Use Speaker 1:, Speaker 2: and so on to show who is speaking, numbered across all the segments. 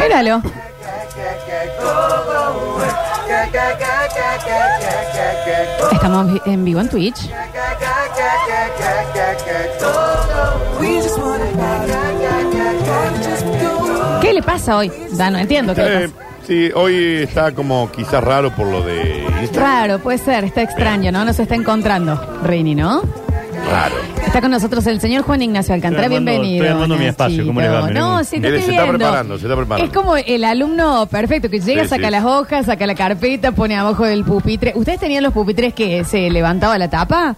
Speaker 1: Míralo. Estamos vi- en vivo en Twitch. ¿Qué le pasa hoy? Da, no entiendo qué le
Speaker 2: Eh,
Speaker 1: pasa.
Speaker 2: sí, hoy está como quizás raro por lo de Instagram.
Speaker 1: Raro, puede ser, está extraño, ¿no? Nos está encontrando, Rini, ¿no?
Speaker 2: Raro.
Speaker 1: Está con nosotros el señor Juan Ignacio Alcantara,
Speaker 3: Estoy armando-
Speaker 1: bienvenido.
Speaker 3: estoy armando mi
Speaker 1: Nachito.
Speaker 3: espacio, ¿cómo le va? Mira,
Speaker 1: No,
Speaker 3: mira.
Speaker 1: sí, te
Speaker 2: Mire,
Speaker 1: estoy
Speaker 2: se está
Speaker 1: viendo.
Speaker 2: preparando, se está preparando.
Speaker 1: Es como el alumno perfecto que llega,
Speaker 2: Sí,
Speaker 1: saca
Speaker 2: sí.
Speaker 1: las hojas, saca la carpeta, pone abajo del pupitre. ¿Ustedes tenían los pupitres que se levantaba la tapa?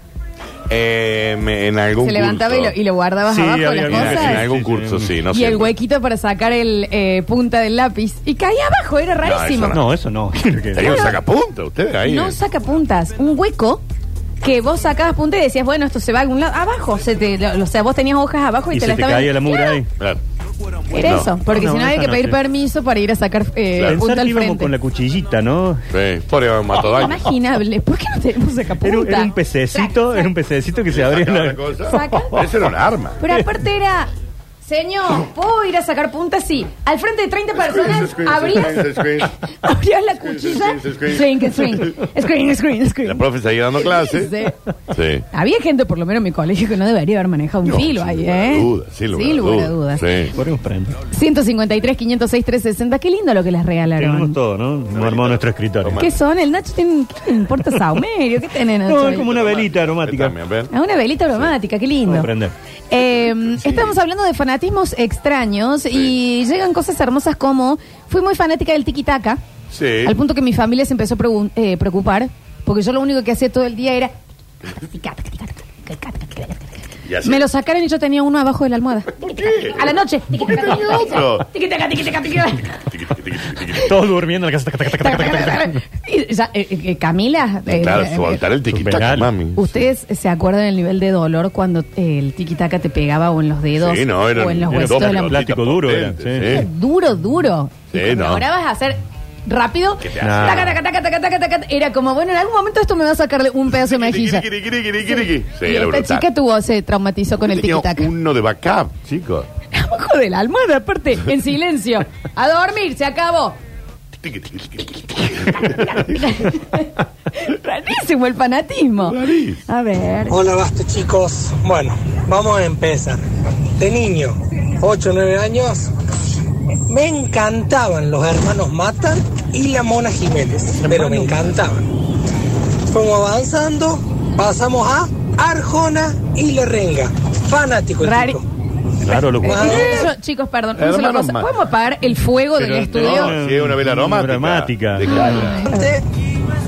Speaker 2: Eh, me- en algún
Speaker 1: se levantaba y lo,
Speaker 2: curso.
Speaker 1: y lo guardabas
Speaker 3: Sí,
Speaker 1: abajo
Speaker 3: había
Speaker 1: las
Speaker 2: En,
Speaker 3: algunas
Speaker 1: cosas.
Speaker 2: en algún
Speaker 3: Sí, sí,
Speaker 2: curso,
Speaker 3: sí.
Speaker 2: sí. no
Speaker 1: y el
Speaker 2: siempre.
Speaker 1: huequito para sacar el eh, punta del lápiz. Y caía abajo, era rarísimo.
Speaker 2: eso
Speaker 3: No, eso no. Quiero que-
Speaker 2: Tenía un sacapunta ustedes ahí.
Speaker 1: No saca puntas, un hueco que vos sacabas punta y decías, bueno, esto se va a algún lado. Abajo, se te, lo- o sea, vos tenías hojas abajo y,
Speaker 3: Y
Speaker 1: te
Speaker 3: se
Speaker 1: las
Speaker 3: te
Speaker 1: estaban-
Speaker 3: caía la mugre
Speaker 1: Claro,
Speaker 3: ahí.
Speaker 2: Claro.
Speaker 1: Era
Speaker 2: No.
Speaker 1: eso, porque
Speaker 3: No,
Speaker 1: si no
Speaker 3: no,
Speaker 1: había
Speaker 3: esa
Speaker 1: que
Speaker 3: no,
Speaker 1: pedir
Speaker 3: sí.
Speaker 1: permiso para ir a sacar eh,
Speaker 2: Claro.
Speaker 1: punta
Speaker 3: Pensar que
Speaker 1: al
Speaker 3: íbamos con la
Speaker 1: frente.
Speaker 3: cuchillita, ¿no?
Speaker 2: Sí, pobre me mató daño.
Speaker 1: Imaginable, ¿por qué no tenemos sacapunta?
Speaker 3: Era, un- era un pececito, era un pececito que se abría.
Speaker 2: Sacaba
Speaker 3: la-
Speaker 2: la cosa.
Speaker 1: Saca.
Speaker 2: Ese era un arma.
Speaker 1: Pero aparte era, señor, ¿puedo ir a sacar punta? Sí. Al frente de 30 personas,
Speaker 2: Squeeze, squeeze,
Speaker 1: abrías,
Speaker 2: squeeze.
Speaker 1: abrías la cuchilla.
Speaker 2: squeeze, squeeze.
Speaker 1: Swing, swing. Screen, screen,
Speaker 2: La
Speaker 1: screen.
Speaker 2: profe seguía dando clases.
Speaker 1: Sí.
Speaker 2: Sí.
Speaker 1: Había gente, por lo menos en mi colegio, que no debería haber manejado un
Speaker 2: No,
Speaker 1: filo
Speaker 2: sin
Speaker 1: ahí,
Speaker 2: lugar a
Speaker 1: ¿eh?
Speaker 2: dudas, sin lugar a dudas. Sí.
Speaker 3: Ponemos prenda.
Speaker 1: 153, 506, 360. Qué lindo lo que les
Speaker 3: Tenemos
Speaker 1: regalaron.
Speaker 3: todo, ¿no? Hemos armado nuestro escritorio.
Speaker 2: Toma.
Speaker 1: ¿Qué son? El Nacho tiene. ¿Qué le importa Saumerio? ¿Qué tiene Nacho?
Speaker 3: No,
Speaker 1: ahí?
Speaker 3: es como una velita aromática.
Speaker 2: También, ven.
Speaker 1: Ah, una velita aromática, qué lindo.
Speaker 3: Vamos a prender.
Speaker 1: Eh, Estamos hablando de fanatismos extraños y llegan cosas hermosas como fui muy fanática del tiquitaca,
Speaker 2: Sí.
Speaker 1: al punto que mi familia se empezó a pregun- eh, preocupar, porque yo lo único que hacía todo el día era tiquitaca, tiquitaca, tiquitaca, tiquitaca,
Speaker 2: Y
Speaker 1: tiquitaca.
Speaker 2: así.
Speaker 1: me lo sacaron y yo tenía uno abajo de la almohada.
Speaker 2: qué?
Speaker 1: A la noche.
Speaker 2: ¿Por qué
Speaker 1: tiquitaca,
Speaker 2: tenía otro?
Speaker 1: tiquitaca, tiquitaca, tiquitaca.
Speaker 3: Todos durmiendo en la casa. taca, taca, taca, taca, taca, taca.
Speaker 1: Y ya, eh, eh, Camila, eh,
Speaker 2: Claro,
Speaker 1: eh,
Speaker 2: soltar el tiquitaca,
Speaker 3: penal.
Speaker 2: mami.
Speaker 1: ¿Ustedes se acuerdan del nivel de dolor cuando eh, el tiquitaca te pegaba o en los dedos
Speaker 2: Sí, no, eran-
Speaker 1: o en los
Speaker 2: eran
Speaker 1: huesitos
Speaker 2: dos
Speaker 1: de la
Speaker 3: pelotas. Plástico duro era,
Speaker 2: potentes, sí.
Speaker 1: Duro, duro.
Speaker 2: Sí,
Speaker 1: Y cuando
Speaker 2: no.
Speaker 1: Lograbas hacer rápido.
Speaker 2: te
Speaker 3: hace?
Speaker 1: Taca, taca, taca, taca, taca, taca, taca. Era como, bueno, en algún momento esto me va a sacarle un pedazo de mejilla.
Speaker 2: Quiqui, quiqui, quiqui, quiqui, quiqui.
Speaker 1: y
Speaker 2: Sí, era
Speaker 1: esta
Speaker 2: brutal.
Speaker 1: chica tuvo, se traumatizó con el
Speaker 2: Tenía
Speaker 1: tiquitaca.
Speaker 2: uno de backup, chicos.
Speaker 1: Abajo de la almohada, aparte, en silencio. A dormir, se acabó.
Speaker 2: Tiqui, tiqui, tiqui, tiqui.
Speaker 1: Rarísimo el fanatismo.
Speaker 2: Rarísimo.
Speaker 1: A ver.
Speaker 4: Hola, basta chicos. Bueno, vamos a empezar. De niño, 8 o 9 años, me encantaban los hermanos Mata y la Mona Jiménez, pero me encantaban. Fuimos avanzando, pasamos a Arjona y La Renga. Fanático
Speaker 3: Pues,
Speaker 4: el
Speaker 1: Rari-
Speaker 4: chico.
Speaker 3: Claro, loco.
Speaker 4: Ah.
Speaker 1: Yo, chicos, perdón, una sola
Speaker 2: Hermanos
Speaker 1: cosa.
Speaker 2: más.
Speaker 1: ¿Podemos apagar el fuego
Speaker 3: Pero
Speaker 1: del
Speaker 3: te-
Speaker 1: estudio?
Speaker 3: no,
Speaker 2: Sí, es una vela
Speaker 3: Mm,
Speaker 2: aromática.
Speaker 3: Aromática.
Speaker 1: Ah,
Speaker 2: Dejala.
Speaker 4: Gente,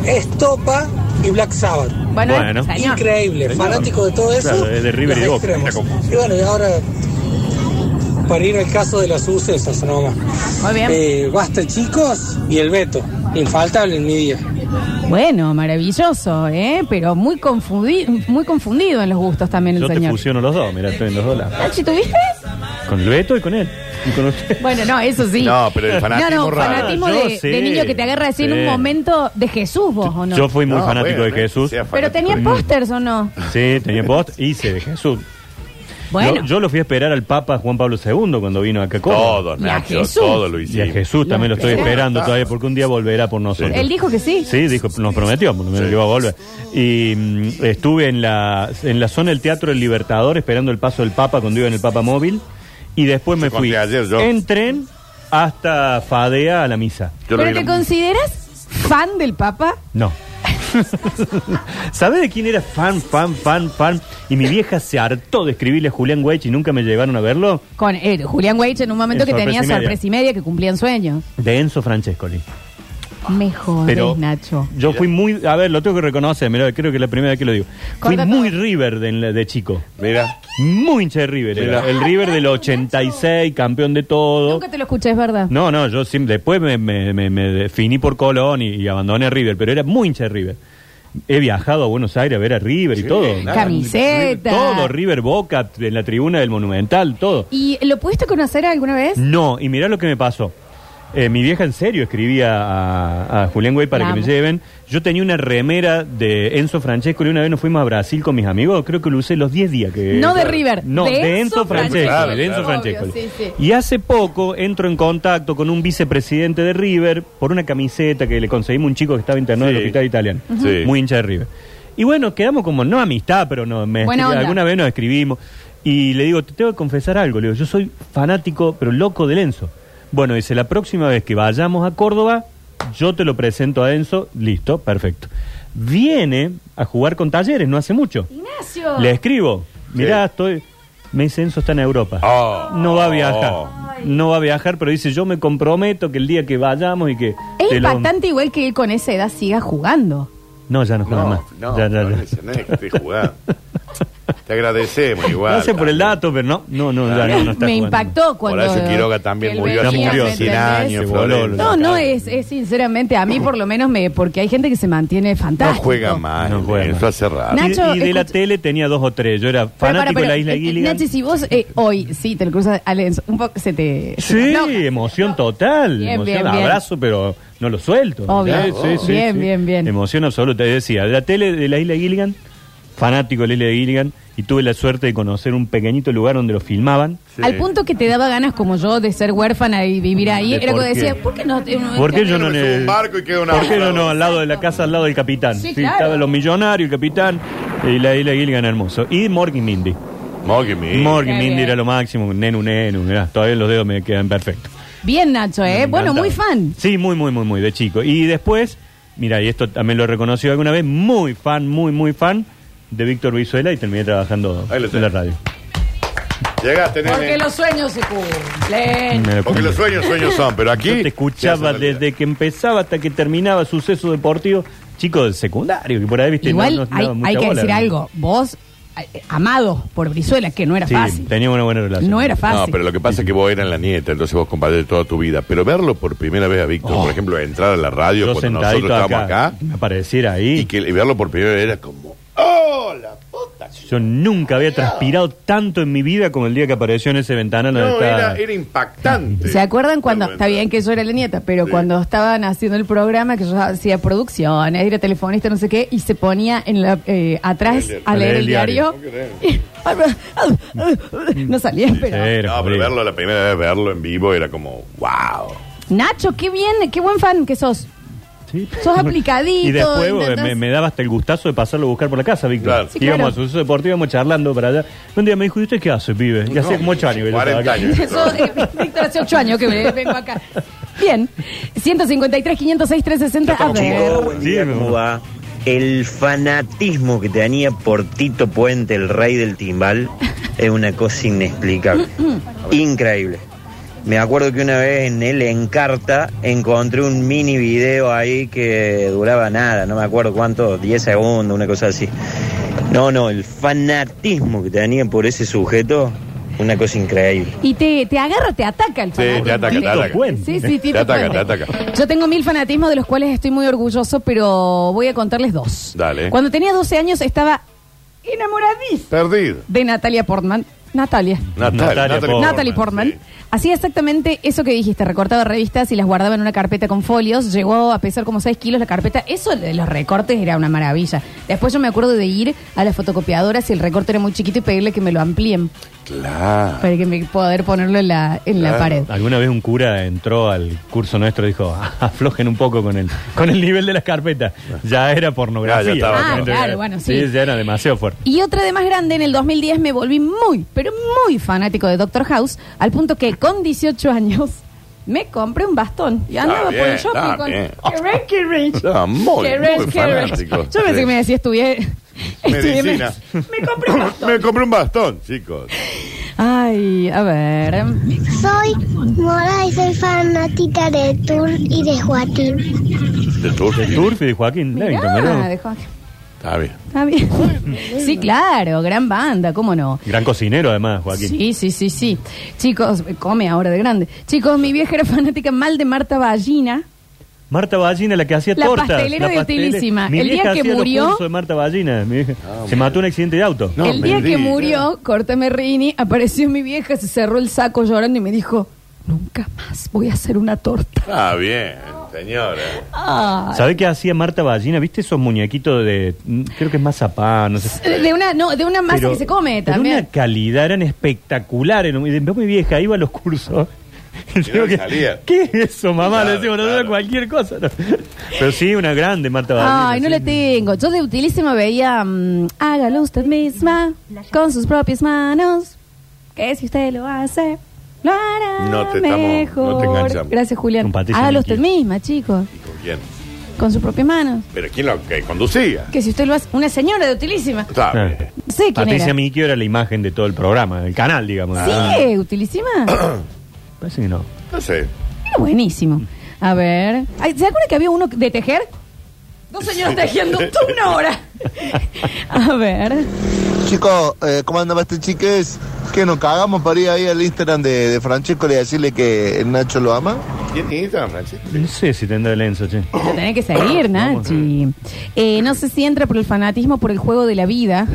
Speaker 4: Estopa y Black Sabbath.
Speaker 1: Bueno,
Speaker 3: Bueno.
Speaker 1: señor.
Speaker 4: Increíble, fanático de todo eso.
Speaker 3: Claro, es de River y
Speaker 4: los
Speaker 3: Boca,
Speaker 4: extremos.
Speaker 3: mira
Speaker 4: Y bueno, y ahora, para ir al caso de los sucesos nomás.
Speaker 1: Muy bien.
Speaker 4: Eh, basta chicos y el Beto, infaltable en mi día.
Speaker 1: Bueno, maravilloso, ¿eh? Pero muy, confudi- muy confundido en los gustos también el
Speaker 3: Yo te
Speaker 1: señor.
Speaker 3: fusiono los dos, mira, estoy en los dos lados.
Speaker 1: Nachi, ¿tuviste?
Speaker 3: Con el Beto y con él. Y con usted.
Speaker 1: Bueno, no, eso sí.
Speaker 2: No, pero el fanatismo
Speaker 1: No, no,
Speaker 2: raro.
Speaker 1: fanatismo
Speaker 3: Yo
Speaker 1: de,
Speaker 3: sí,
Speaker 1: de niño que te agarra así en
Speaker 3: sí.
Speaker 1: un momento de Jesús vos, ¿o no?
Speaker 3: Yo fui muy
Speaker 2: No,
Speaker 3: fanático
Speaker 2: bueno, ¿eh?
Speaker 3: de Jesús.
Speaker 2: sea
Speaker 1: Pero
Speaker 2: fanático.
Speaker 1: tenía pósters, ¿o no?
Speaker 3: Sí, tenía post, hice de Jesús.
Speaker 1: Bueno.
Speaker 3: Yo, yo lo fui a esperar al Papa Juan Pablo II cuando vino acá.
Speaker 2: Todos,
Speaker 1: Y a
Speaker 2: Nacho,
Speaker 1: Jesús.
Speaker 2: todos lo
Speaker 3: Y a
Speaker 2: hicimos.
Speaker 3: Jesús también lo estoy
Speaker 1: Claro.
Speaker 3: esperando todavía porque un día volverá por nosotros.
Speaker 1: Él dijo que sí.
Speaker 3: Sí, dijo, nos prometió, por lo menos que iba a volver. Y mm, estuve en la, en la zona del Teatro del Libertador esperando el paso del Papa cuando iba en el Papa Móvil. Y después me
Speaker 2: Yo
Speaker 3: fui
Speaker 2: conté ayer, yo.
Speaker 3: en tren hasta Fadea a la misa.
Speaker 2: Yo lo
Speaker 1: ¿Pero
Speaker 2: vi
Speaker 1: te
Speaker 2: en-
Speaker 1: consideras fan del Papa?
Speaker 3: No. ¿Sabés de quién era fan, fan, fan, fan? Y mi vieja se hartó de escribirle a Julián Weich y nunca me llevaron a verlo.
Speaker 1: Con eh, Julián Weich en un momento
Speaker 3: En
Speaker 1: que tenía
Speaker 3: Sorpresa y Media.
Speaker 1: sorpresa y media, que cumplían sueños.
Speaker 3: De Enzo Francescoli.
Speaker 1: Mejor,
Speaker 3: Pero
Speaker 1: Nacho.
Speaker 3: yo fui muy. A ver, lo tengo que reconocer, mirá, creo que es la primera vez que lo digo. Fui
Speaker 1: Corta
Speaker 3: muy
Speaker 1: todo.
Speaker 3: River de, en la- de chico.
Speaker 2: Mira,
Speaker 3: Muy hincha de River. era. El River del 86, campeón de todo.
Speaker 1: Nunca te lo escuché, es verdad.
Speaker 3: No, no, yo sim- después me, me- me- me definí por Colón y, y abandoné a River, pero era muy hincha de River. He viajado a Buenos Aires a ver a River y todo.
Speaker 2: claro.
Speaker 1: Camiseta.
Speaker 3: Todo, River Boca, en la tribuna del Monumental, todo.
Speaker 1: ¿Y lo pudiste conocer alguna vez?
Speaker 3: No, y mirá lo que me pasó. Eh, mi vieja en serio escribía a, a Julián Güey para
Speaker 1: La
Speaker 3: que me
Speaker 1: amo.
Speaker 3: lleven. Yo tenía una remera de Enzo Francesco y una vez nos fuimos a Brasil con mis amigos. Creo que lo usé los 10 días que.
Speaker 1: No de River,
Speaker 3: No,
Speaker 1: de
Speaker 3: de,
Speaker 1: Enzo
Speaker 3: Enzo Francesco.
Speaker 2: Francesco,
Speaker 3: de Enzo
Speaker 2: obvio,
Speaker 3: Francesco.
Speaker 1: sí, sí.
Speaker 3: Y hace poco entro en contacto con un vicepresidente de River por una camiseta que le conseguimos a un chico que estaba internado en el
Speaker 2: Sí.
Speaker 3: hospital italiano.
Speaker 2: Ujú. Sí.
Speaker 3: Muy hincha de River. Y bueno, quedamos como, no amistad, pero no, me
Speaker 1: Buena onda.
Speaker 3: alguna vez nos escribimos. Y le digo, te tengo que confesar algo. Le digo, yo soy fanático, pero loco de Enzo. Bueno, dice, la próxima vez que vayamos a Córdoba, yo te lo presento a Enzo. Listo, perfecto. Viene a jugar con talleres, no hace mucho.
Speaker 1: Ignacio.
Speaker 3: Le escribo, mirá, estoy... Me dice, Enzo está en Europa.
Speaker 2: Oh.
Speaker 3: No va a viajar.
Speaker 2: Oh.
Speaker 3: No va a viajar, pero dice, yo me comprometo que el día que vayamos y que...
Speaker 1: Es
Speaker 3: te lo-
Speaker 1: impactante igual que él con esa edad siga jugando.
Speaker 3: No, ya no juega más.
Speaker 2: No, no,
Speaker 3: Ya, ya, ya.
Speaker 2: Florencia, no es que esté jugando. Te agradecemos igual.
Speaker 3: Gracias por el
Speaker 2: también.
Speaker 3: dato, pero no, no, no, ya no, no está
Speaker 1: Me
Speaker 3: jugando.
Speaker 1: impactó cuando.
Speaker 2: Horacio Quiroga también
Speaker 1: que él
Speaker 2: murió
Speaker 3: Ya
Speaker 2: hace
Speaker 1: venía,
Speaker 3: murió,
Speaker 1: ¿me
Speaker 3: hace
Speaker 2: 100
Speaker 1: entendés?
Speaker 2: años,
Speaker 3: Se voló,
Speaker 2: Florencia.
Speaker 1: No, no, es, es sinceramente, a mí por lo menos me. Porque hay gente que se mantiene
Speaker 2: No
Speaker 1: fantástico.
Speaker 2: juega más,
Speaker 3: No juega
Speaker 2: Enzo
Speaker 3: más.
Speaker 2: hace rato.
Speaker 1: Na-
Speaker 3: Y-
Speaker 1: Nacho,
Speaker 3: y, de la
Speaker 1: escucha-
Speaker 3: tele tenía dos o tres. Yo era
Speaker 1: Pero,
Speaker 3: fanático
Speaker 1: para,
Speaker 3: de la
Speaker 1: pero,
Speaker 3: isla
Speaker 1: eh,
Speaker 3: Gilligan.
Speaker 1: Nachi, si vos eh, hoy sí te lo cruzas a Lenzo, un poco se te. se te
Speaker 3: Sí,
Speaker 1: afloja.
Speaker 3: emoción total.
Speaker 1: Bien,
Speaker 3: emoción,
Speaker 1: bien, bien.
Speaker 3: abrazo, pero no lo suelto.
Speaker 1: Obvio.
Speaker 3: Sí, sí, sí,
Speaker 1: Bien,
Speaker 3: sí.
Speaker 1: bien, bien.
Speaker 3: Emoción absoluta. Yo decía, de la tele de la isla Gilligan, fanático de la isla Gilligan, y tuve la suerte de conocer un pequeñito lugar donde lo filmaban.
Speaker 2: Sí.
Speaker 1: Al punto que te daba ganas, como yo, de ser huérfana y vivir ahí,
Speaker 3: Mm, ¿De
Speaker 1: era
Speaker 3: por
Speaker 1: que decía,
Speaker 3: qué?
Speaker 1: ¿por qué no? te- no-
Speaker 3: ¿Por qué yo
Speaker 2: Pero
Speaker 3: no
Speaker 2: me
Speaker 3: le-
Speaker 2: subo a un barco y queda una
Speaker 3: ¿Por qué
Speaker 2: hora.
Speaker 3: no, no? Al lado de la casa, al lado del capitán.
Speaker 1: Sí, claro.
Speaker 3: estaban los millonarios, el capitán, y la isla Gilligan hermoso. Y Morgan Mindy.
Speaker 2: No, que me-
Speaker 3: Morgan
Speaker 1: Qué
Speaker 3: Mindy
Speaker 1: bien.
Speaker 3: era lo máximo. Nenu, nenu. mirá, todavía los dedos me quedan perfectos.
Speaker 1: Bien, Nacho, ¿eh?
Speaker 3: Me
Speaker 1: Bueno,
Speaker 3: encantaba.
Speaker 1: muy fan.
Speaker 3: Sí, muy, muy, muy, muy, de chico. Y después, mira, y esto también lo reconoció alguna vez, muy fan, muy, muy fan de Víctor Brizuela y terminé trabajando
Speaker 2: Ahí lo
Speaker 3: en la
Speaker 2: tenés.
Speaker 3: radio.
Speaker 2: Llegaste, nene.
Speaker 1: Porque los sueños se cumplen.
Speaker 3: Me lo
Speaker 2: Porque los sueños, sueños son, pero aquí.
Speaker 3: Yo te
Speaker 2: se
Speaker 3: escuchaba
Speaker 2: hace realidad.
Speaker 3: desde que empezaba hasta que terminaba suceso deportivo, chico del secundario, que por ahí viste.
Speaker 1: Igual
Speaker 3: no- no
Speaker 1: hay,
Speaker 3: daba mucha
Speaker 1: hay que
Speaker 3: bola,
Speaker 1: decir
Speaker 3: ¿no?
Speaker 1: algo. Vos, eh, amado por Brizuela, que no era
Speaker 3: Sí,
Speaker 1: fácil.
Speaker 3: tenía una buena relación.
Speaker 1: No era
Speaker 2: No,
Speaker 1: fácil.
Speaker 2: pero lo que pasa es que vos eras la nieta, entonces vos compartís toda tu vida. Pero verlo por primera vez a Víctor, por ejemplo, entrar a la radio
Speaker 3: Yo
Speaker 2: cuando
Speaker 3: sentadito
Speaker 2: nosotros estábamos acá,
Speaker 3: acá, que me apareciera ahí.
Speaker 2: y, que, y verlo por primera vez era como, ¡Oh, la puta!
Speaker 3: Yo nunca había transpirado tanto en mi vida como el día que apareció en ese ventana. donde
Speaker 2: No,
Speaker 3: estaba-
Speaker 2: era, era impactante.
Speaker 1: ¿Se acuerdan cuando?
Speaker 2: Verlo
Speaker 1: Está bien que yo era la nieta, pero
Speaker 2: Sí.
Speaker 1: cuando estaban haciendo el programa, que yo hacía producción, era telefonista, no sé qué, y se ponía en la, eh, atrás
Speaker 2: Leer-
Speaker 1: a leer
Speaker 3: leer
Speaker 1: el
Speaker 3: el
Speaker 1: diario. No salía, pero.
Speaker 3: Era,
Speaker 2: entrar. No, pero
Speaker 3: joder.
Speaker 2: verlo la primera vez, verlo en vivo, era como, ¡Wow!
Speaker 1: Nacho, qué bien, qué buen fan que sos.
Speaker 3: Sí.
Speaker 1: Sos aplicadito,
Speaker 3: Y después
Speaker 1: intentás-
Speaker 3: me, me daba hasta el gustazo de pasarlo a buscar por la casa, Víctor.
Speaker 2: Claro. Sí,
Speaker 1: claro.
Speaker 3: Íbamos a suceso deportivo, íbamos charlando para allá. Un día me dijo, ¿y usted qué hace, pibe? Y hace
Speaker 2: No,
Speaker 3: como ocho años. que yo
Speaker 2: 40
Speaker 3: estaba acá.
Speaker 2: años.
Speaker 1: Eso, eh, Víctor, hace ocho años que me- vengo acá. Bien. 153, 506, 360. A
Speaker 5: Chicos,
Speaker 1: ver.
Speaker 5: buen día,
Speaker 3: Sí,
Speaker 5: ¿cómo va? El fanatismo que tenía por Tito Puente, el rey del timbal, es una cosa inexplicable. Increíble. Me acuerdo que una vez en el Encarta encontré un mini video ahí que duraba nada, no me acuerdo cuánto, 10 segundos, una cosa así. No, no, el fanatismo que tenía por ese sujeto, una cosa increíble.
Speaker 1: Y te, te agarra, te ataca el
Speaker 2: Sí, te
Speaker 1: fanatismo.
Speaker 2: ataca, te
Speaker 3: Tito
Speaker 2: ataca.
Speaker 3: Puente.
Speaker 1: Sí, sí, Tito
Speaker 2: Te ataca,
Speaker 1: Puente.
Speaker 2: te ataca.
Speaker 1: Yo tengo mil fanatismos de los cuales estoy muy orgulloso, pero voy a contarles dos.
Speaker 2: Dale.
Speaker 1: Cuando tenía 12 años estaba enamoradísima
Speaker 2: Perdido.
Speaker 1: de Natalia Portman. Natalia.
Speaker 2: Natalia,
Speaker 3: Natalia Portman.
Speaker 1: Natalie Portman.
Speaker 2: sí.
Speaker 1: Hacía exactamente eso que dijiste, recortaba revistas y las guardaba en una carpeta con folios, llegó a pesar como 6 kilos la carpeta, eso de los recortes era una maravilla. Después yo me acuerdo de ir a las fotocopiadoras si el recorte era muy chiquito y pedirle que me lo amplíen
Speaker 2: Claro.
Speaker 1: para que me poder ponerlo en la, en la
Speaker 2: Claro.
Speaker 1: pared.
Speaker 3: Alguna vez un cura entró al curso nuestro y dijo, "Ah, aflojen un poco con el, con el nivel de las carpetas. Ya era pornografía.
Speaker 2: Ah, ya estaba.
Speaker 1: Ah, claro, bueno, sí.
Speaker 3: ya era demasiado fuerte.
Speaker 1: Y otra de más grande, en el 2010 me volví muy, pero muy fanático de Doctor House, al punto que con 18 años me compré un bastón y andaba por el
Speaker 2: bien,
Speaker 1: shopping
Speaker 2: está
Speaker 1: con...
Speaker 2: bien.
Speaker 1: Kerrang, kerrang.
Speaker 2: Está muy,
Speaker 1: Kerrang,
Speaker 2: muy
Speaker 1: kerrang.
Speaker 2: fanático.
Speaker 1: Yo pensé que me decía estudié... estudié
Speaker 2: Medicina.
Speaker 1: med- me compré un bastón.
Speaker 2: Me compré un bastón, chicos.
Speaker 1: Ay, a ver...
Speaker 6: Soy Mora y soy fanática de Tour y de Joaquín.
Speaker 2: De tour.
Speaker 3: El Turfi de Joaquín Levington,
Speaker 1: Mirá,
Speaker 3: ¿verdad?
Speaker 1: dejó-
Speaker 2: Está bien.
Speaker 1: Está bien. Sí, claro, gran banda, cómo no.
Speaker 3: Gran cocinero, además, Joaquín.
Speaker 1: Sí, sí, sí, sí. Chicos, come ahora de grande. Chicos, mi vieja era fanática mal de Marta Ballina.
Speaker 3: Marta Ballina, la que hacía
Speaker 1: La
Speaker 3: tortas.
Speaker 1: pastelera de
Speaker 3: pastelera.
Speaker 1: Utilísima.
Speaker 3: Mi
Speaker 1: El día
Speaker 3: vieja
Speaker 1: que
Speaker 3: hacía los
Speaker 1: murió-
Speaker 3: cursos de Marta Ballina. mi
Speaker 2: Ah,
Speaker 3: vieja. Se mató en un accidente de auto.
Speaker 2: No,
Speaker 1: el día
Speaker 2: mentira.
Speaker 1: que murió, Corta Merrini, apareció mi vieja, se cerró el saco llorando y me dijo, Nunca más voy a hacer una torta.
Speaker 2: Ah, bien, señora.
Speaker 1: Ah.
Speaker 3: ¿Sabe qué hacía Marta Ballina? ¿Viste esos muñequitos de. mm, Creo que es mazapán, no sé.
Speaker 1: De una, no, de una masa
Speaker 3: Pero-
Speaker 1: que se come
Speaker 3: pero
Speaker 1: también.
Speaker 3: una calidad, eran espectaculares. no- y de- Mi vieja iba a los cursos. y
Speaker 2: Mirá,
Speaker 3: digo que,
Speaker 2: salía.
Speaker 3: ¿Qué es eso, mamá?
Speaker 2: Claro,
Speaker 3: Le decimos, no, no,
Speaker 2: claro.
Speaker 3: cualquier cosa. no. Pero sí, una grande Marta Ballina.
Speaker 1: Ay, no
Speaker 3: sí.
Speaker 1: la tengo. Yo de utilísima veía mm, Hágalo usted misma con sus propias manos. Que si usted lo hace, lo hará
Speaker 2: No te estamos-
Speaker 1: mejor.
Speaker 2: no te enganchamos.
Speaker 1: Gracias, Julián.
Speaker 3: Con Patricia
Speaker 1: Hágalo
Speaker 3: Miki.
Speaker 1: usted misma, chicos.
Speaker 2: ¿Y con quién?
Speaker 1: Con sus propias manos.
Speaker 2: Pero ¿quién lo que conducía?
Speaker 1: Que si usted lo hace, una señora de utilísima.
Speaker 2: Está
Speaker 3: Ah.
Speaker 2: bien.
Speaker 1: No sé quién
Speaker 3: Patricia
Speaker 1: era.
Speaker 3: Miquio era la imagen de todo el programa, del canal, digamos. Ah,
Speaker 1: ¿Sigue
Speaker 2: Ah.
Speaker 1: utilísima?
Speaker 3: Parece que no.
Speaker 2: No sé.
Speaker 1: Era buenísimo. A ver. Ay, ¿Se acuerda que había uno de tejer? Dos señores tejiendo toda una hora. A ver.
Speaker 7: Chicos, eh, ¿cómo andan este chiques? Que nos cagamos para ir ahí al Instagram de, de Francesco y decirle que el Nacho lo ama.
Speaker 2: ¿Quién Instagram, Francisco?
Speaker 3: No sé si tendrá el Enzo, che.
Speaker 1: Lo tenés que seguir, Nachi. Eh, no sé si entra por el fanatismo por el juego de la vida.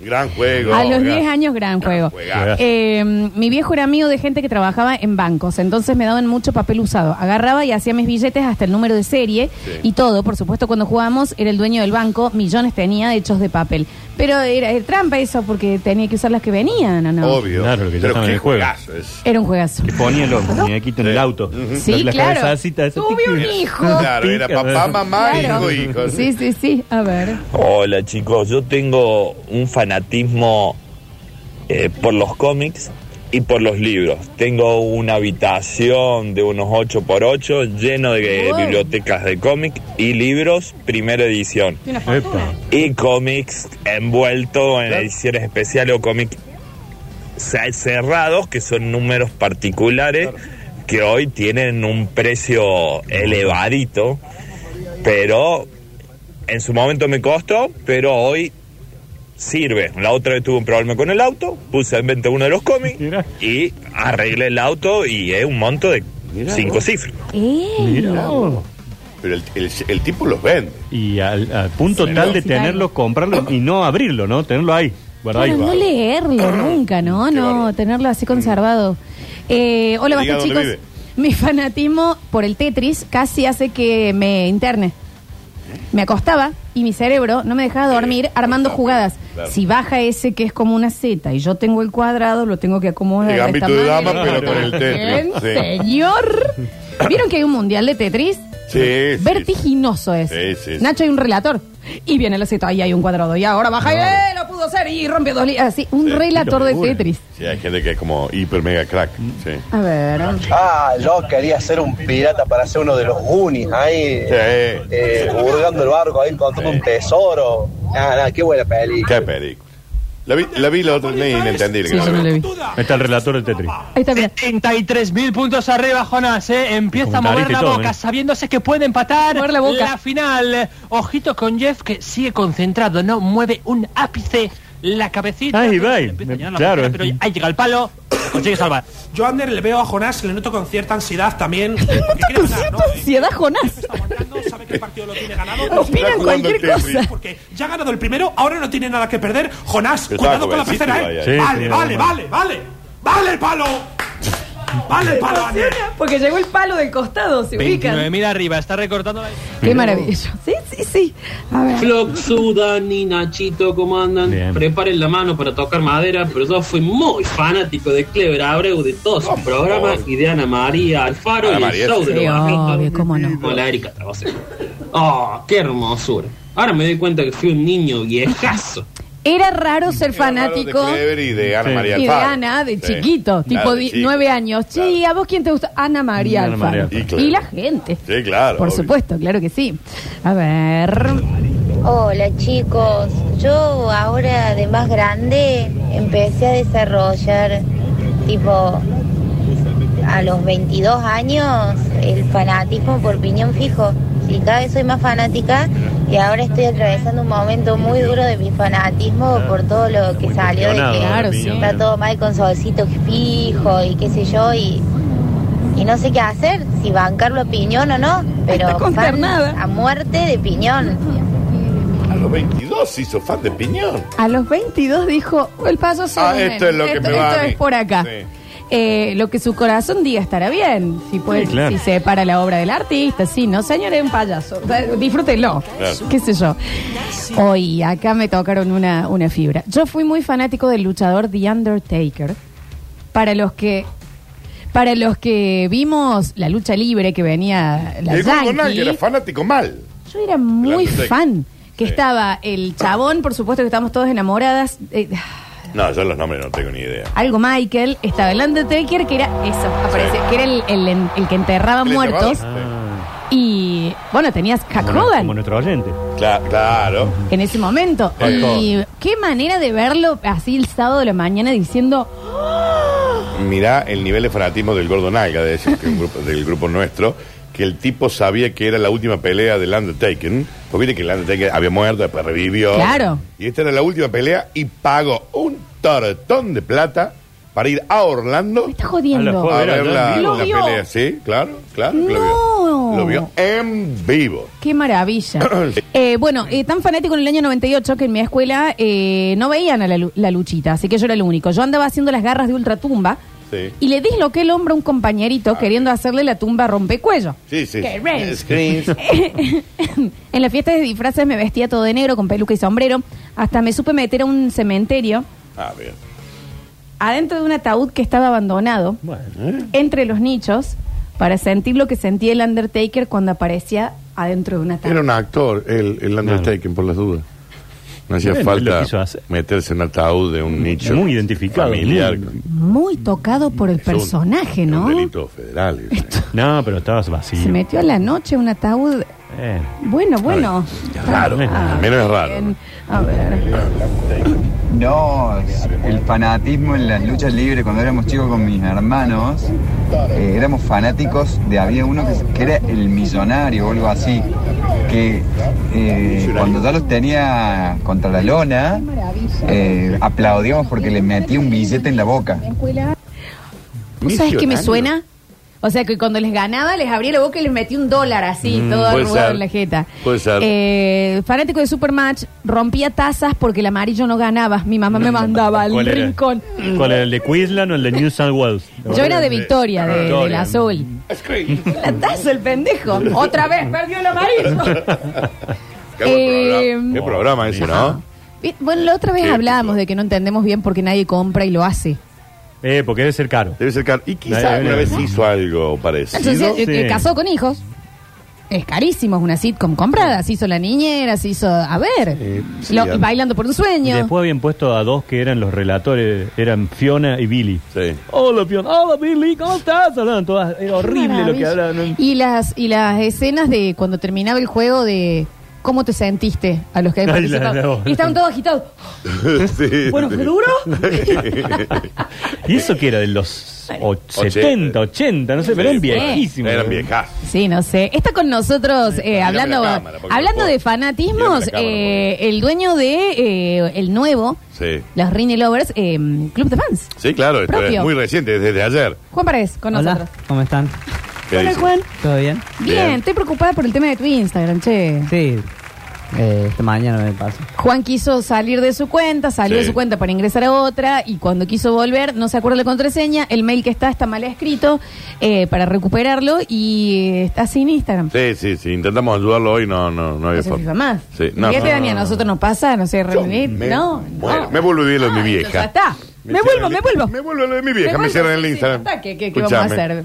Speaker 2: Gran juego.
Speaker 1: A los
Speaker 2: gran-
Speaker 1: 10 años, gran juego.
Speaker 2: juegazo.
Speaker 1: Eh, mi viejo era amigo de gente que trabajaba en bancos, entonces me daban mucho papel usado. Agarraba y hacía mis billetes hasta el número de serie
Speaker 2: Sí.
Speaker 1: y todo. Por supuesto, cuando jugábamos, era el dueño del banco, millones tenía hechos de papel. Pero era, era trampa eso, porque tenía que usar las que venían, ¿o no?
Speaker 2: Obvio.
Speaker 3: Claro, que ya
Speaker 2: Pero
Speaker 3: estaba en
Speaker 2: qué
Speaker 3: el juego.
Speaker 2: juegazo es.
Speaker 1: Era un juegazo.
Speaker 3: Que ponía los muñequitos en el auto.
Speaker 1: Sí,
Speaker 3: Las
Speaker 1: claro.
Speaker 3: cabezacitas esas,
Speaker 1: Tuve
Speaker 3: tic,
Speaker 1: un
Speaker 3: tic.
Speaker 1: hijo.
Speaker 2: Claro, era
Speaker 3: Pica,
Speaker 2: papá,
Speaker 3: ¿verdad?
Speaker 2: mamá,
Speaker 1: Claro.
Speaker 2: hijo, hijo.
Speaker 1: Sí, sí, sí. A ver.
Speaker 8: Hola chicos, yo tengo un fanatismo eh, por los cómics y por los libros. Tengo una habitación de unos 8x8 lleno de
Speaker 1: Wow.
Speaker 8: bibliotecas de cómics y libros primera edición.
Speaker 1: Tiene una fortuna.
Speaker 3: Epa.
Speaker 8: Y cómics envuelto en ediciones especiales o cómics ce- cerrados, que son números particulares, que hoy tienen un precio elevadito, pero en su momento me costó, pero hoy sirve. La otra vez tuve un problema con el auto, puse en venta uno de los cómics
Speaker 3: Mirá.
Speaker 8: y arreglé el auto y es un monto de cinco cifras.
Speaker 1: Eh.
Speaker 3: Mirá vos.
Speaker 2: Pero el, el- el tipo los vende.
Speaker 3: Y al, al punto tal de
Speaker 1: Sí, claro.
Speaker 3: tenerlo, comprarlo y no abrirlo, ¿no? Tenerlo ahí.
Speaker 1: Claro,
Speaker 3: guardadito.
Speaker 1: no leerlo nunca, ¿no?
Speaker 2: Qué
Speaker 1: No,
Speaker 2: bárbaro. Mm.
Speaker 1: tenerlo así conservado. Eh, hola,
Speaker 2: Que diga
Speaker 1: basta, chicos.
Speaker 2: dónde vive.
Speaker 1: Mi fanatismo por el Tetris casi hace que me interne. Me acostaba y mi cerebro no me dejaba dormir
Speaker 2: Sí,
Speaker 1: armando
Speaker 2: claro,
Speaker 1: jugadas.
Speaker 2: claro.
Speaker 1: Si baja ese que es como una Z y yo tengo el cuadrado, lo tengo que acomodar.
Speaker 2: El gambito
Speaker 1: esta
Speaker 2: de
Speaker 1: manera.
Speaker 2: dama, pero con el Tetris,
Speaker 1: Bien,
Speaker 2: sí.
Speaker 1: Señor. ¿Vieron que hay un mundial de Tetris?
Speaker 2: Sí, sí,
Speaker 1: Vertiginoso es.
Speaker 2: Sí, sí, sí.
Speaker 1: Nacho hay un relator. Y viene la Z, ahí hay un cuadrado. Y ahora baja y eh, lo pudo hacer y rompe dos líneas. Así, un
Speaker 2: Sí,
Speaker 1: relator
Speaker 3: pero
Speaker 1: de
Speaker 3: bueno.
Speaker 1: Tetris.
Speaker 2: Sí, hay gente que es como hiper mega crack. Sí.
Speaker 1: A ver.
Speaker 7: Ah, yo quería ser un pirata para ser uno de los Goonies ahí,
Speaker 2: Sí.
Speaker 7: eh, hurgando el barco, ahí encontrando un tesoro. Nada, nada, qué buena peli.
Speaker 2: Qué película. La vi la, vi la otra vez y no entendí.
Speaker 1: Sí, yo no lo vi.
Speaker 3: Ahí está el relator de Tetris.
Speaker 1: Ahí está, mira.
Speaker 9: 33 mil puntos arriba, Jonas. eh. Empieza a
Speaker 3: Con
Speaker 9: mover
Speaker 3: tarita y
Speaker 9: la
Speaker 3: todo,
Speaker 9: boca,
Speaker 3: eh.
Speaker 9: sabiéndose que puede empatar
Speaker 1: Mover la boca.
Speaker 9: final. Ojito con Jeff, que sigue concentrado, no mueve un ápice la cabecita.
Speaker 3: Ay, va,
Speaker 9: Empieza a llenar la
Speaker 3: claro.
Speaker 9: pantalla, pero ahí llega el palo, lo consigue salvar.
Speaker 10: Yo a Ander le veo a Jonás, le noto con cierta ansiedad también. Que quiere
Speaker 1: Con
Speaker 10: ganar, ¿no?
Speaker 1: cierta ansiedad, Jonás.
Speaker 10: Está aguantando, sabe que el partido lo tiene ganado. pero sí
Speaker 1: Opinan
Speaker 2: jugando
Speaker 1: cualquier
Speaker 2: el Tetris.
Speaker 1: cosa.
Speaker 10: Porque ya ha ganado el primero, ahora no tiene nada que perder. Jonás,
Speaker 2: Pero
Speaker 10: cuidado
Speaker 2: estaba
Speaker 10: con la
Speaker 2: jovencito,
Speaker 10: pecera, ¿eh?
Speaker 2: vaya. Sí,
Speaker 10: vale,
Speaker 3: tenía
Speaker 10: vale,
Speaker 3: dos
Speaker 10: vale, vale. ¡Vale el palo! ¡Vale el palo, Ander!
Speaker 1: Porque llegó el palo del costado, se ubican.
Speaker 9: 29.000 arriba, está recortando la...
Speaker 1: Qué maravilloso. Sí, sí, sí. A ver.
Speaker 11: Floxu, Dani, Nachito, ¿cómo andan?
Speaker 3: Bien.
Speaker 11: Preparen la mano para tocar madera, pero yo fui muy fanático de Clever Abreu, de todos sus
Speaker 2: Por
Speaker 11: programas,
Speaker 2: favor.
Speaker 11: y de Ana María Alfaro
Speaker 2: Ana
Speaker 11: y
Speaker 2: María,
Speaker 11: el show
Speaker 2: sí.
Speaker 11: de los
Speaker 1: Sí,
Speaker 11: barritos.
Speaker 1: obvio, cómo no.
Speaker 11: Con la Erika Trabacero. ¡Oh, qué hermosura! Ahora me doy cuenta que fui un niño viejazo.
Speaker 1: Era raro ser fanático.
Speaker 2: De Clever y de Ana
Speaker 3: Sí.
Speaker 2: María
Speaker 1: Y de
Speaker 2: Alfaro.
Speaker 1: Ana, de
Speaker 2: Sí.
Speaker 1: chiquito,
Speaker 2: Claro,
Speaker 1: tipo
Speaker 2: de
Speaker 1: di-
Speaker 2: chico.
Speaker 1: nueve años. Che, ¿y ¿a vos quién te gusta? Ana María
Speaker 3: Ana María
Speaker 1: Alfaro.
Speaker 2: Alfaro. Y claro.
Speaker 1: Y la gente.
Speaker 2: Sí, claro.
Speaker 1: Por
Speaker 2: obvio.
Speaker 1: supuesto, claro que sí. A ver.
Speaker 6: Hola chicos, yo ahora de más grande empecé a desarrollar tipo a los 22 años el fanatismo por piñón fijo. Y cada vez soy más fanática y ahora estoy atravesando un momento muy duro de mi fanatismo por todo lo que
Speaker 3: Muy
Speaker 6: salió de que
Speaker 3: cuestionado,
Speaker 1: Claro, sí.
Speaker 3: opinión.
Speaker 6: está todo mal con solcito fijo y qué sé yo y, y no sé qué hacer, si bancarlo a piñón o no,
Speaker 1: Está
Speaker 6: pero fan
Speaker 1: consternada.
Speaker 6: a muerte de piñón.
Speaker 2: A los 22 se hizo fan de Piñón.
Speaker 1: A los 22 dijo, el paso solo.
Speaker 2: Ah, esto es lo que me va a
Speaker 1: Esto
Speaker 2: mí.
Speaker 1: es por acá.
Speaker 2: Sí.
Speaker 1: eh, lo que su corazón diga estará bien. Si puede,
Speaker 3: Sí, claro.
Speaker 1: si separa la obra del artista, sí, no, señor, es un payaso. O sea, Disfrútenlo.
Speaker 3: Claro.
Speaker 1: Qué sé yo. Hoy acá me tocaron una, una fibra. Yo fui muy fanático del luchador The Undertaker. Para los que. Para los que vimos la lucha libre que venía la
Speaker 12: El Gordo Nalga
Speaker 1: Yankee,
Speaker 12: era fanático mal.
Speaker 1: yo era muy
Speaker 12: Undertaker.
Speaker 1: fan. Que estaba el chabón, por supuesto que estamos todos enamoradas. eh,
Speaker 2: No, yo los nombres no tengo ni idea.
Speaker 1: algo Michael, estaba el Undertaker, que era eso, aparece,
Speaker 2: Sí.
Speaker 1: que era el, el- el que enterraba
Speaker 2: El
Speaker 1: muertos. Y bueno, tenías Hulk
Speaker 3: Ah, Como,
Speaker 1: Hogan
Speaker 3: como nuestro oyente.
Speaker 2: Claro. claro.
Speaker 1: en ese momento.
Speaker 3: Hulk
Speaker 1: Y qué manera de verlo así el sábado de la mañana diciendo,
Speaker 2: Mirá el nivel de fanatismo del Gordo Nalga, de ese, que un grupo- del grupo nuestro, que el tipo sabía que era la última pelea del Undertaker. Porque viste que el Undertaker había muerto, después revivió.
Speaker 1: Claro.
Speaker 2: Y esta era la última pelea y pagó un tortón de plata para ir a Orlando.
Speaker 1: está jodiendo.
Speaker 2: A ver la,
Speaker 1: Lo
Speaker 2: la
Speaker 1: vio.
Speaker 2: pelea, sí, claro, claro. que Lo
Speaker 1: No.
Speaker 2: vio. Lo vio en vivo.
Speaker 1: Qué maravilla. Eh, bueno, eh, tan fanático en el año 98 que en mi escuela eh, no veían a la, lu- la luchita, así que yo era el único. Yo andaba haciendo las garras de ultratumba
Speaker 2: Sí. Ah.
Speaker 1: y le disloqué el hombro a un compañerito queriendo hacerle la tumba rompecuello.
Speaker 2: Sí, sí.
Speaker 1: Qué range.
Speaker 2: Screens.
Speaker 1: En las fiestas de disfraces me vestía todo de negro con peluca y sombrero. Hasta me supe meter a un cementerio
Speaker 2: A ver.
Speaker 1: adentro de un ataúd que estaba abandonado entre los nichos para sentir lo que sentía el Undertaker cuando aparecía adentro de un ataúd.
Speaker 2: Era un actor, el, el Undertaker, por las dudas. No hacía
Speaker 3: Bueno, él lo quiso
Speaker 2: falta
Speaker 3: hacer.
Speaker 2: meterse en ataúd de un nicho
Speaker 3: Muy identificado.
Speaker 2: familiar.
Speaker 3: muy-
Speaker 1: Muy tocado por el
Speaker 2: un-
Speaker 1: personaje, ¿no?
Speaker 2: Un delito federal.
Speaker 3: No, pero estabas
Speaker 1: Se
Speaker 3: vacío.
Speaker 1: metió a la noche un ataúd.
Speaker 3: Eh,
Speaker 1: Bueno, bueno.
Speaker 2: Es raro.
Speaker 3: Ah,
Speaker 2: Al menos es raro.
Speaker 1: Bien. A ver.
Speaker 13: No, el fanatismo en las luchas libres cuando éramos chicos con mis hermanos, eh, éramos fanáticos de había uno que, que era el millonario o algo así, que eh, cuando ya los tenía contra la lona, eh, aplaudíamos porque le metía un billete en la boca.
Speaker 1: ¿Vos sabés qué me suena? O sea, que cuando les ganaba, les abría la boca y les metía un dólar así,
Speaker 2: Mm,
Speaker 1: todo
Speaker 2: puede
Speaker 1: arrugado
Speaker 2: ser.
Speaker 1: en la jeta.
Speaker 2: Puede ser.
Speaker 1: Eh, fanático de Supermatch, rompía tazas porque el amarillo no ganaba. Mi mamá me mandaba al
Speaker 3: ¿Cuál era?
Speaker 1: rincón.
Speaker 3: ¿Cuál era el de Queensland o el de New South Wales?
Speaker 1: Yo era de Victoria, de,
Speaker 3: Victoria.
Speaker 1: del azul. La taza, el pendejo. Otra vez perdió el amarillo.
Speaker 2: Qué, buen
Speaker 1: Eh,
Speaker 2: programa. Qué programa ese, ¿no?
Speaker 1: Vi- Bueno, la otra vez
Speaker 2: Sí,
Speaker 1: hablábamos de que no entendemos bien porque nadie compra y lo hace.
Speaker 3: Eh, porque debe ser caro.
Speaker 2: Debe ser caro. Y
Speaker 3: Nadie
Speaker 2: quizá una
Speaker 3: habla.
Speaker 2: vez hizo algo parecido.
Speaker 1: Entonces,
Speaker 3: Sí.
Speaker 1: eh, que casó con hijos. Es carísimo, es una sitcom comprada. Se hizo La Niñera, se hizo... A ver,
Speaker 2: Eh, Sí,
Speaker 1: lo-
Speaker 2: sí, ya.
Speaker 1: Bailando por un
Speaker 3: Y
Speaker 1: Sueño.
Speaker 3: después habían puesto a dos que eran los relatores, eran Fiona y Billy.
Speaker 2: Sí.
Speaker 3: Hola Fiona, hola Billy, ¿cómo estás? Hablaban todas, era horrible lo que
Speaker 1: Maravilla.
Speaker 3: hablaban.
Speaker 1: Y las, y las escenas de cuando terminaba el juego de... ¿Cómo te sentiste? A los que
Speaker 3: Ay, la-
Speaker 1: participaban.
Speaker 3: la-
Speaker 1: Y estaban todos agitados.
Speaker 2: Sí,
Speaker 1: Bueno,
Speaker 2: sí.
Speaker 1: ¿fue duro?
Speaker 3: Y eso que era de los o-
Speaker 2: Ochenta.
Speaker 3: 70, 80, no sé, pero eran
Speaker 2: Sí,
Speaker 3: viejísimos.
Speaker 2: Eran viejas.
Speaker 1: Sí, no sé. Está con nosotros, eh,
Speaker 2: la
Speaker 1: hablando,
Speaker 2: cámara, porque no
Speaker 1: hablando
Speaker 2: puedo.
Speaker 1: de
Speaker 2: Mírame
Speaker 1: fanatismos,
Speaker 2: la cámara,
Speaker 1: eh, el dueño de eh, el nuevo,
Speaker 2: Sí.
Speaker 1: los Rini Lovers, eh, Club de Fans.
Speaker 2: Sí, claro, esto
Speaker 1: Propio.
Speaker 2: es muy reciente, es desde ayer.
Speaker 1: Juan Paredes, con nosotros.
Speaker 14: ¿cómo están?
Speaker 2: ¿Qué
Speaker 1: Hola,
Speaker 2: dice?
Speaker 1: Juan.
Speaker 14: ¿Todo bien?
Speaker 1: Bien,
Speaker 2: Bien.
Speaker 1: estoy preocupada por el tema de tu Instagram, che.
Speaker 14: Sí. Eh, esta mañana me pasó.
Speaker 1: Juan quiso salir de su cuenta, salió
Speaker 2: Sí.
Speaker 1: de su cuenta para ingresar a otra y cuando quiso volver no se acuerda la contraseña, el mail que está está mal escrito eh, para recuperarlo y eh, está sin Instagram.
Speaker 2: Sí, sí, sí. Intentamos ayudarlo hoy, no, no, no había
Speaker 1: No se
Speaker 2: forma.
Speaker 1: fija más.
Speaker 2: Sí, no.
Speaker 1: Fíjate, Dani, a nosotros nos pasa, no sé, reunir.
Speaker 2: me
Speaker 1: No,
Speaker 2: muero.
Speaker 1: no.
Speaker 2: Me vuelvo a vivir lo de mi
Speaker 1: Ah,
Speaker 2: vieja.
Speaker 1: Ya está. Me,
Speaker 2: cierran
Speaker 1: vuelvo,
Speaker 2: el-
Speaker 1: me vuelvo.
Speaker 2: Me vuelvo lo de mi vieja,
Speaker 1: Me
Speaker 2: me cierran
Speaker 1: vuelvo,
Speaker 2: el
Speaker 1: sí,
Speaker 2: Instagram.
Speaker 1: ya está, ¿Qué, qué- qué vamos a
Speaker 2: Escuchame.
Speaker 1: hacer?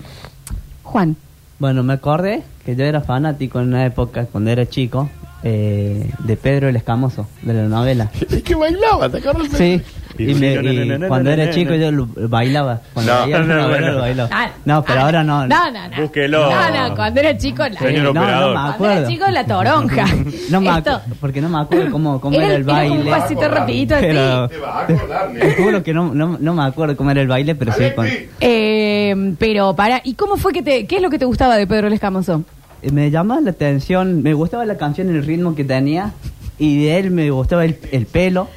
Speaker 1: Juan,
Speaker 14: Bueno, me acordé que yo era fanático en una época, cuando era chico, eh, de Pedro el Escamoso, de la novela.
Speaker 2: Es que bailaba, ¿te acuerdas?
Speaker 14: Sí. Y, me- y cuando era chico yo lo bailaba. Cuando
Speaker 2: No,
Speaker 14: veía
Speaker 3: no,
Speaker 14: la novela
Speaker 3: no.
Speaker 14: lo
Speaker 1: Ah,
Speaker 14: bailaba. No, pero
Speaker 1: ah,
Speaker 14: ahora no.
Speaker 1: no, no, no.
Speaker 3: Búsquelo.
Speaker 1: No, no, cuando era chico, la,
Speaker 14: Sí,
Speaker 3: Eh, Señor
Speaker 14: Eh, no, no
Speaker 3: operador.
Speaker 14: me
Speaker 1: cuando era
Speaker 14: acuerdo.
Speaker 1: chico, la toronja.
Speaker 14: No me
Speaker 1: Esto-
Speaker 14: acuerdo, porque no me acuerdo cómo, cómo
Speaker 1: Era
Speaker 14: era el
Speaker 1: el- era como un
Speaker 14: baile.
Speaker 1: pasito rapidito así.
Speaker 14: Pero-
Speaker 2: Te vas a acordar,
Speaker 14: Te juro que no, no, no me acuerdo cómo era el baile, pero sí con-
Speaker 1: Eh, pero para, ¿y cómo fue que te, qué es lo que te gustaba de Pedro el Escamoso?
Speaker 14: Eh, me llamaba la atención, me gustaba la canción, el ritmo que tenía, y de él me gustaba el, el pelo,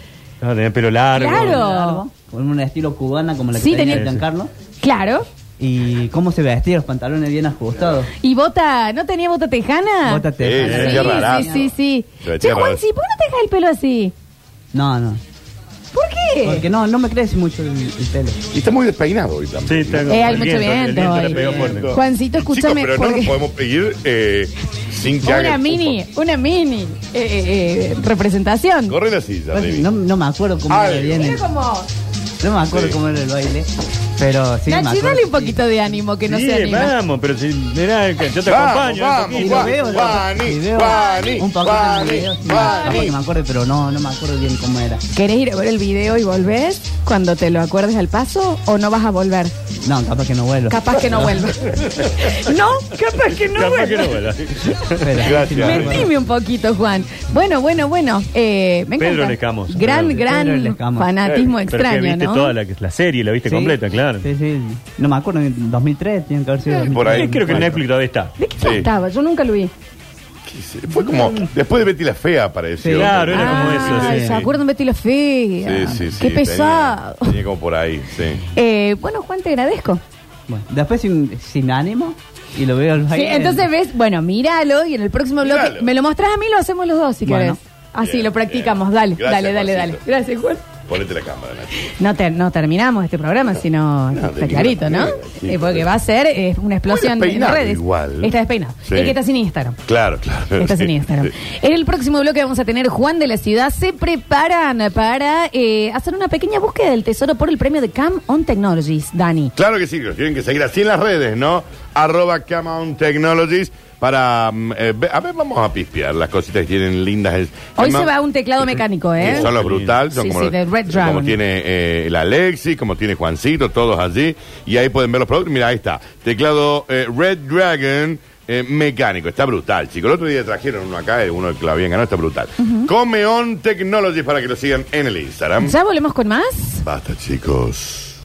Speaker 3: Ah, tenía pelo largo.
Speaker 1: Claro.
Speaker 14: largo, con un estilo cubana como la que
Speaker 1: Sí,
Speaker 14: tenía
Speaker 1: tenía-
Speaker 14: Giancarlo,
Speaker 1: Claro.
Speaker 14: y cómo se vestía, los pantalones bien ajustados.
Speaker 1: ¿Y bota, no tenía bota tejana?
Speaker 14: Bota tejana.
Speaker 2: Sí,
Speaker 1: sí, sí,
Speaker 2: sí,
Speaker 1: sí, sí.
Speaker 2: Se vestía
Speaker 1: Che, Juan,
Speaker 2: rarazo.
Speaker 1: ¿sí, ¿por qué no te dejas el pelo así?
Speaker 14: No, no.
Speaker 1: ¿Por
Speaker 13: Eh.
Speaker 1: qué?
Speaker 14: Porque no, no me crece mucho el, el pelo.
Speaker 2: Y está muy despeinado hoy también.
Speaker 3: Sí, está
Speaker 1: Eh, hay mucho viento
Speaker 3: le
Speaker 1: hoy.
Speaker 3: pegó fuerte.
Speaker 2: Viento.
Speaker 1: Juancito, escúchame.
Speaker 2: Chicos, pero no
Speaker 1: porque-
Speaker 2: nos podemos pedir eh, sin que
Speaker 1: una
Speaker 2: haga.
Speaker 1: mini, una mini eh, eh, eh, representación.
Speaker 2: Corre la silla, Debbie.
Speaker 14: No, no me acuerdo cómo
Speaker 2: Algo.
Speaker 14: era bien.
Speaker 1: Era
Speaker 14: el-
Speaker 1: como.
Speaker 14: No me acuerdo
Speaker 2: Sí.
Speaker 14: cómo era el baile. Pero sí, me
Speaker 1: Nachi,
Speaker 14: acuerdo.
Speaker 1: dale un poquito de ánimo que no
Speaker 3: Sí,
Speaker 1: se anima.
Speaker 3: vamos, pero si, mirá, que yo te
Speaker 2: Vamos,
Speaker 3: acompaño. un
Speaker 2: vamos,
Speaker 3: poquito.
Speaker 2: vamos.
Speaker 14: Veo los
Speaker 2: Guani,
Speaker 14: videos,
Speaker 2: Guani,
Speaker 14: un poquito de
Speaker 2: Guani,
Speaker 14: videos, sí, me-
Speaker 2: Guani.
Speaker 14: capaz que me acuerdo, pero no, no me acuerdo bien cómo era.
Speaker 1: ¿Querés ir a ver el video y volvés cuando te lo acuerdes al paso o no vas a volver?
Speaker 14: No, capaz que no vuelo.
Speaker 1: Capaz que no vuelvas. no, capaz que no
Speaker 3: Capaz que no
Speaker 1: vuelvas.
Speaker 3: vuela.
Speaker 14: Pero-
Speaker 2: Gracias.
Speaker 1: Mentime un poquito, Juan. Bueno, bueno, bueno. Eh, me
Speaker 3: Pedro
Speaker 1: encanta.
Speaker 3: Lescamos.
Speaker 1: Gran,
Speaker 3: Pedro
Speaker 1: gran
Speaker 14: Lescamos.
Speaker 1: fanatismo
Speaker 3: Pero que
Speaker 1: extraño,
Speaker 3: viste
Speaker 1: ¿no?
Speaker 3: toda la, la serie, la viste
Speaker 14: Sí.
Speaker 3: completa, claro. Eh,
Speaker 14: Sí, sí. No me acuerdo, en 2003 tiene que haber sido.
Speaker 2: por ahí.
Speaker 14: 2003.
Speaker 3: Creo que en Netflix todavía está.
Speaker 1: ¿De qué
Speaker 2: Sí.
Speaker 1: trataba? Yo nunca lo vi.
Speaker 2: Fue como. Después de Betty la Fea apareció.
Speaker 3: Sí, claro, era como eso,
Speaker 1: Ay,
Speaker 3: sí.
Speaker 1: Ah, ¿Se acuerdan Betty la Fea?
Speaker 2: Sí, sí, sí.
Speaker 1: Qué
Speaker 2: tenía-
Speaker 1: pesado.
Speaker 2: Tenía, como por ahí, sí.
Speaker 1: Eh, bueno, Juan, te agradezco.
Speaker 14: Bueno, después sin, sin ánimo y lo veo al
Speaker 1: Sí,
Speaker 14: baile.
Speaker 1: entonces ves, bueno, míralo y en el próximo bloque
Speaker 2: Míralo.
Speaker 1: me lo mostrás a mí lo hacemos los dos si
Speaker 14: Bueno.
Speaker 1: querés. Así
Speaker 2: Bien,
Speaker 1: lo practicamos,
Speaker 2: bien.
Speaker 1: dale,
Speaker 2: Gracias,
Speaker 1: dale, dale, dale.
Speaker 2: Juancito.
Speaker 1: Gracias, Juan.
Speaker 2: Ponete la cámara, Nacho.
Speaker 1: No, ter- no terminamos este programa, sino
Speaker 2: No,
Speaker 1: está
Speaker 2: de
Speaker 1: clarito, ¿no?
Speaker 2: ninguna manera, sí,
Speaker 1: Eh, porque
Speaker 2: pero-
Speaker 1: va a ser eh, una explosión
Speaker 2: Muy
Speaker 1: en
Speaker 2: despeinado
Speaker 1: redes.
Speaker 2: igual.
Speaker 1: Está despeinado.
Speaker 2: Sí.
Speaker 1: Y que está sin Instagram.
Speaker 2: Claro, claro.
Speaker 1: Estás
Speaker 2: sí,
Speaker 1: en Instagram.
Speaker 2: sí.
Speaker 1: En el próximo bloque vamos a tener Juan de la Ciudad. Se preparan para eh, hacer una pequeña búsqueda del tesoro por el premio de Cam on Technologies, Dani.
Speaker 2: Claro que sí, que tienen que seguir así en las redes, ¿no? Arroba Come On Technologies para... mm, eh, ve- a ver, vamos a pispear las cositas que tienen lindas. El-
Speaker 1: Hoy
Speaker 2: el
Speaker 1: se
Speaker 2: ma-
Speaker 1: va un teclado mecánico, ¿eh?
Speaker 2: que Son los brutal, son
Speaker 1: Sí,
Speaker 2: como,
Speaker 1: sí,
Speaker 2: los-
Speaker 1: de Red
Speaker 2: como
Speaker 1: Dragon.
Speaker 2: tiene eh, el Alexi, como tiene Juancito, todos allí. Y ahí pueden ver los productos. Mira, ahí está. Teclado eh, Red Dragon eh, mecánico. Está brutal, chicos. El otro día trajeron uno acá, eh, uno que lo habían ganado, está brutal. Come On Technologies para que lo sigan en el Instagram.
Speaker 1: Ya volvemos con más.
Speaker 2: Basta, chicos.